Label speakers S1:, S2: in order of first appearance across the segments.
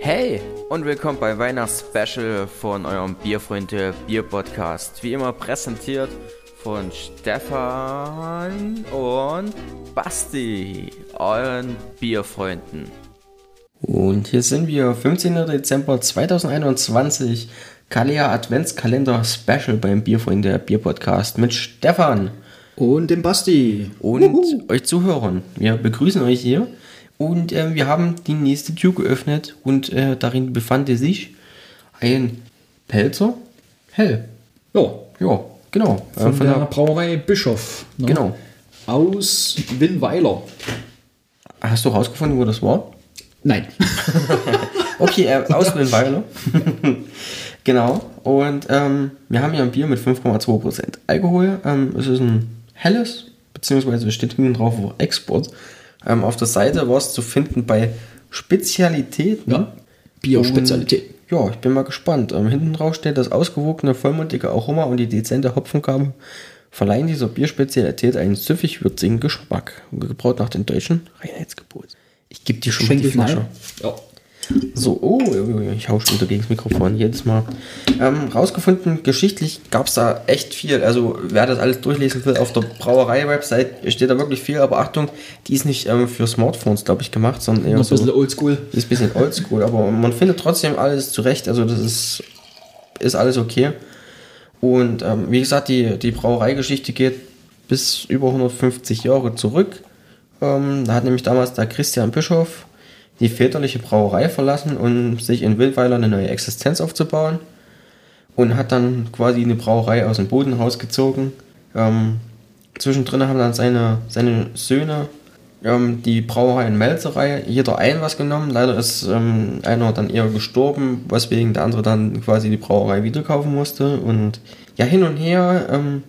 S1: Hey und willkommen bei Weihnachtsspecial von eurem Bierfreunde Bier Podcast. Wie immer präsentiert von Stefan und Basti, euren Bierfreunden.
S2: Und hier sind wir, 15. Dezember 2021, Kalea Adventskalender Special beim Bierfreunde Bier Podcast mit Stefan
S3: Und den Basti.
S2: und euch Zuhörern. Wir begrüßen euch hier und ähm, wir haben die nächste Tür geöffnet und äh, darin befand sich ein Pelzer Hell.
S3: Ja,
S2: Ja, genau. Äh,
S3: von, der, Brauerei Bischof. ne?
S2: Genau.
S3: Aus Winnweiler.
S2: Hast du rausgefunden, wo das war?
S3: Nein.
S2: Okay, äh, aus Weiler. genau. Und ähm, wir haben hier ein Bier mit 5,2% Alkohol. Ähm, es ist ein helles, beziehungsweise steht hinten drauf auf Export. Ähm, auf der Seite war es zu finden bei Spezialitäten.
S3: Ja. Bierspezialität.
S2: Und, ja, ich bin mal gespannt. Ähm, hinten drauf steht, das ausgewogene, vollmundige Aroma und die dezente Hopfengabe verleihen dieser Bierspezialität einen süffig würzigen Geschmack. Gebraut nach den deutschen Reinheitsgebot. Ich gebe dir schon mal die Flasche.
S3: Ja.
S2: So, oh, ich hau schon wieder gegen das Mikrofon jedes Mal. Ähm, rausgefunden, geschichtlich gab es da echt viel. Also, wer das alles durchlesen will, auf der Brauerei-Website steht da wirklich viel. Aber Achtung, die ist nicht ähm, für Smartphones, glaube ich, gemacht, sondern eher
S3: Noch ein bisschen
S2: so.
S3: oldschool.
S2: Die ist ein bisschen oldschool, aber man findet trotzdem alles zurecht. Also, das ist, ist alles okay. Und ähm, wie gesagt, die, die Brauereigeschichte geht bis über 150 Jahre zurück. Ähm, da hat nämlich damals der Christian Bischof die väterliche Brauerei verlassen, um sich in Wildweiler eine neue Existenz aufzubauen. Und hat dann quasi eine Brauerei aus dem Boden rausgezogen. Ähm, zwischendrin haben dann seine, seine Söhne ähm, die Brauerei und Melzerei jeder ein was genommen. Leider ist ähm, einer dann eher gestorben, weswegen der andere dann quasi die Brauerei wieder kaufen musste. Und ja, hin und her. Ähm,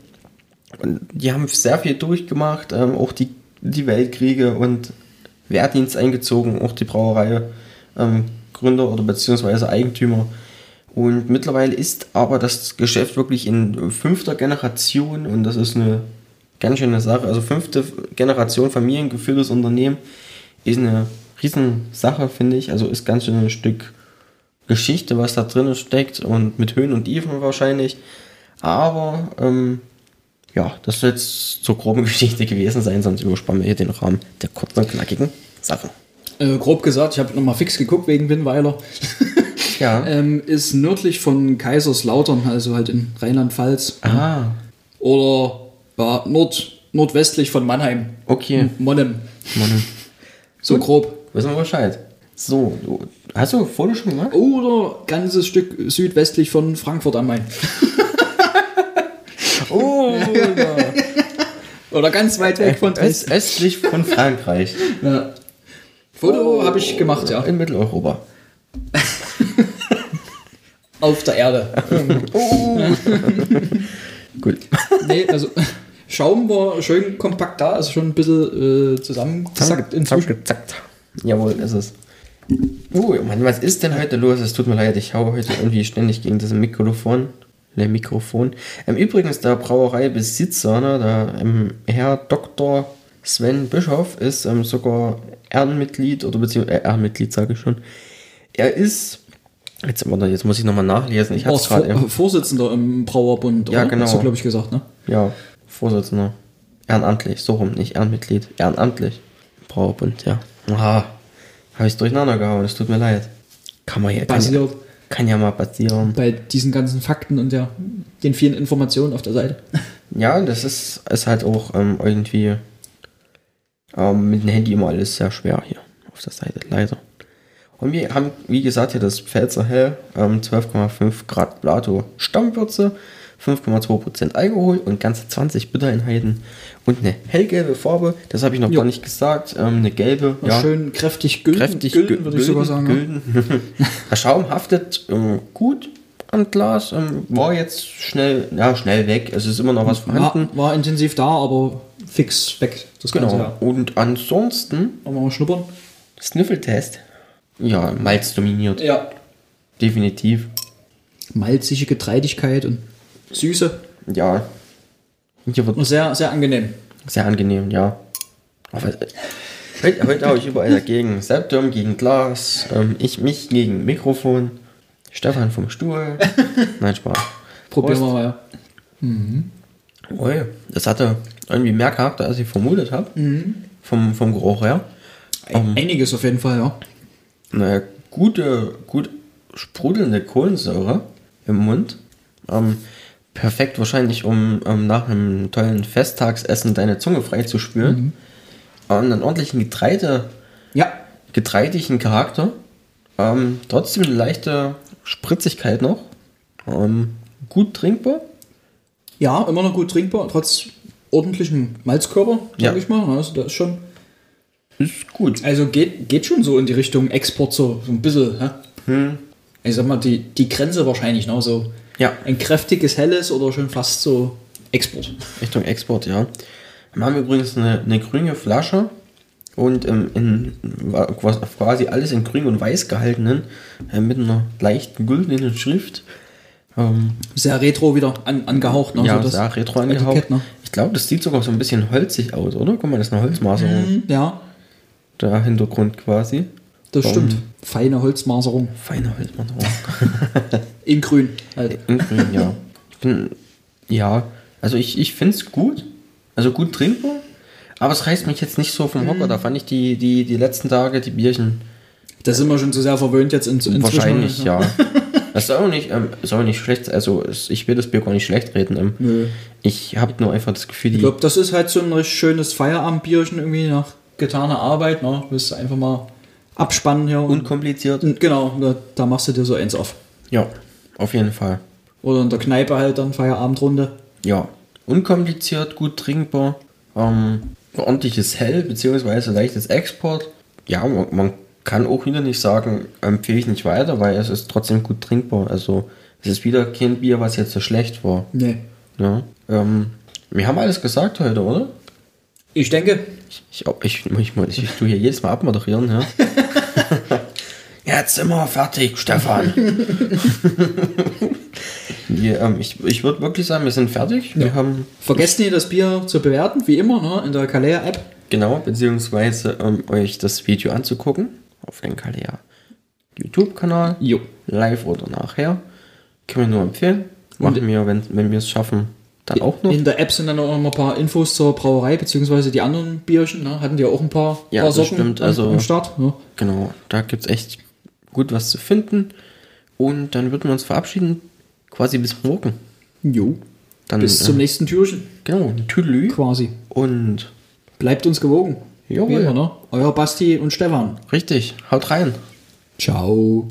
S2: und die haben sehr viel durchgemacht, ähm, auch die, die Weltkriege und Wehrdienst eingezogen, auch die Brauerei, ähm, Gründer oder beziehungsweise Eigentümer. Und mittlerweile ist aber das Geschäft wirklich in fünfter Generation und das ist eine ganz schöne Sache. Also fünfte Generation familiengeführtes Unternehmen ist eine Riesensache, finde ich. Also ist ganz schön ein Stück Geschichte, was da drin steckt und mit Höhen und Tiefen wahrscheinlich. Aber ähm, ja, das soll jetzt zur groben Geschichte gewesen sein, sonst überspannen wir hier den Rahmen der kurzen und knackigen Sachen.
S3: Äh, grob gesagt, ich habe nochmal fix geguckt wegen Winnweiler.
S2: Ja.
S3: ähm, ist nördlich von Kaiserslautern, also halt in Rheinland-Pfalz.
S2: Ah,
S3: Oder ja, nord, nordwestlich von Mannheim.
S2: okay.
S3: Monnem.
S2: Mann,
S3: So grob.
S2: Hm. wissen wir Bescheid. So, du- hast du Foto schon gemacht?
S3: Oder ganzes Stück südwestlich von Frankfurt am Main.
S2: Oh,
S3: Oder ganz weit weg von Dresden.
S2: östlich von Frankreich.
S3: Ja. Foto habe Oh, ich gemacht, ja.
S2: In Mitteleuropa.
S3: Auf der Erde.
S2: Gut.
S3: nee, also Schaum war schön kompakt da, also schon ein bisschen äh, zusammengesackt inzwischen.
S2: Zack, zack. Jawohl, ist es. Uh, Mann, was ist denn heute los? Es tut mir leid, ich hau heute irgendwie ständig gegen das Mikrofon. Le Mikrofon. Ähm, übrigens, der Brauereibesitzer, ne, der ähm, Herr Dr. Sven Bischof, ist ähm, sogar Ehrenmitglied oder beziehungsweise äh, Ehrenmitglied, sage ich schon. Er ist. Jetzt, warte, jetzt muss ich nochmal nachlesen. Ich
S3: War
S2: hab's
S3: Vor
S2: gerade.
S3: äh, Vorsitzender im Brauerbund,
S2: Ja, genau.
S3: Hast du, glaube ich, gesagt, ne?
S2: Ja, Vorsitzender. Ehrenamtlich, so rum, nicht Ehrenmitglied. Ehrenamtlich. Brauerbund, ja. Aha. Habe ich durcheinander gehauen, es tut mir leid. Kann man ja. Kann, ja-
S3: Passiert.
S2: kann ja mal passieren.
S3: Bei diesen ganzen Fakten und der, den vielen Informationen auf der Seite.
S2: Ja, das ist, ist halt auch ähm, irgendwie ähm, mit dem Handy immer alles sehr schwer hier auf der Seite, leider. Und wir haben, wie gesagt, hier das Pfälzer Hell, ähm, 12,5 Grad Plato Stammwürze, 5,2% Alkohol und ganze 20 Bittereinheiten und eine hellgelbe Farbe, das habe ich noch
S3: Jo.
S2: gar nicht gesagt, ähm, eine gelbe, ja,
S3: Schön kräftig gülden,
S2: kräftig
S3: gülden würde ich
S2: gülden,
S3: sogar sagen. ne?
S2: gülden. Der Schaum haftet ähm, gut am Glas, ähm, war jetzt schnell, ja, schnell weg, es ist immer noch was vorhanden.
S3: War, war intensiv da, aber fix weg. Das Ganze,
S2: Genau.
S3: Also, ja.
S2: Und ansonsten
S3: Wollen wir mal schnuppern?
S2: Sniffeltest. Ja, Malz dominiert.
S3: Ja.
S2: Definitiv.
S3: Malzige Getreidigkeit und Süße.
S2: Ja. Hier wird
S3: Und sehr, sehr angenehm.
S2: sehr angenehm, ja. Aber, äh, Heute, heute habe ich überall dagegen. Septum gegen Glas, ähm, ich mich gegen Mikrofon, Stefan vom Stuhl. Nein, Spaß.
S3: Probieren wir mal.
S2: Ui, das hatte irgendwie mehr Charakter, als ich vermutet habe.
S3: Mhm.
S2: Vom, vom Geruch her. Mhm.
S3: Ein- Einiges auf jeden Fall, ja.
S2: Eine gute, gut sprudelnde Kohlensäure im Mund. Ähm, perfekt wahrscheinlich, um ähm, nach einem tollen Festtagsessen deine Zunge freizuspülen. Ähm, einen ordentlichen Getreide,
S3: Ja,
S2: getreidigen Charakter. Ähm, trotzdem eine leichte Spritzigkeit noch. Ähm, gut trinkbar.
S3: ja, immer noch gut trinkbar, trotz ordentlichem Malzkörper, sag
S2: Ja.
S3: ich mal. Also, das ist schon.
S2: Ist gut.
S3: Also geht, geht schon so in die Richtung Export so, so ein bisschen. Hä? Ich sag mal, die, die Grenze wahrscheinlich, ne? So
S2: Ja.
S3: ein kräftiges, helles oder schon fast so Export.
S2: Richtung Export, ja. Wir haben übrigens eine, eine grüne Flasche und ähm, in, wa- quasi alles in grün und weiß gehaltenen äh, mit einer leichten goldenen Schrift. Ähm,
S3: Sehr retro wieder an, angehaucht, ne?
S2: ja,
S3: so
S2: sehr retro angehaucht.
S3: Etikett, ne?
S2: Ich glaube, das sieht sogar so ein bisschen holzig aus, oder? Guck mal, das ist eine Holzmaserung.
S3: Mhm, Ja,
S2: Der Hintergrund quasi.
S3: das
S2: Ähm,
S3: stimmt. Feine Holzmaserung.
S2: Feine Holzmaserung.
S3: In grün. Halt.
S2: In grün, ja. Ich bin, ja, also ich, ich finde es gut. Also gut trinkbar. Aber es reißt mich jetzt nicht so vom
S3: Mhm.
S2: Hocker. Da fand ich die, die, die letzten Tage die Bierchen.
S3: Da sind wir schon zu sehr verwöhnt jetzt in, inzwischen. ne?
S2: wahrscheinlich, ja. Das soll auch nicht, ähm, soll nicht schlecht Also es, ich will das Bier gar nicht schlecht reden. Ähm,
S3: Nö.
S2: Ich habe nur einfach das Gefühl,
S3: Ich
S2: die,
S3: glaube, das ist halt so ein richtig schönes Feierabendbierchen irgendwie nach getaner Arbeit. Ne? Du willst einfach mal abspannen hier. Und,
S2: unkompliziert.
S3: und genau, da, da machst du dir so eins auf.
S2: Ja, auf jeden Fall.
S3: Oder in der Kneipe halt dann Feierabendrunde.
S2: Ja, unkompliziert, gut trinkbar. Ähm, ordentliches Hell beziehungsweise leichtes Export. Ja, man, man kann auch wieder nicht sagen, empfehle ich nicht weiter, weil es ist trotzdem gut trinkbar. Also es ist wieder kein Bier, was jetzt so schlecht war.
S3: Nee.
S2: Ja, ähm, wir haben alles gesagt heute, oder?
S3: Ich denke,
S2: Ich, ich, ich, ich, ich tue hier jedes Mal abmoderieren, ja. Jetzt sind wir fertig, Stefan. nee, ähm, ich ich würde wirklich sagen, wir sind fertig. Wir haben
S3: vergesst nicht, das Bier zu bewerten, wie immer, ne? in der Kalea-App.
S2: genau, beziehungsweise ähm, euch das Video anzugucken auf den Kalea YouTube-Kanal,
S3: Jo.
S2: live oder nachher. Können wir nur empfehlen. Machen wir, wenn, wenn wir es schaffen, dann auch noch.
S3: In der App sind dann auch noch ein paar Infos zur Brauerei, beziehungsweise die anderen Bierchen. Ne? Hatten die auch ein paar,
S2: Ja,
S3: paar
S2: das stimmt,
S3: am-
S2: also-
S3: am Start. Ne?
S2: Genau, da gibt es echt gut was zu finden. Und dann würden wir uns verabschieden, quasi bis morgen.
S3: Jo.
S2: Dann, äh,
S3: Bis zum nächsten Türchen,
S2: Genau, Tüdelü.
S3: quasi.
S2: Und
S3: Bleibt uns gewogen.
S2: Jawohl.
S3: Wie immer, ne? Euer Basti und Stefan.
S2: richtig, haut rein.
S3: Ciao.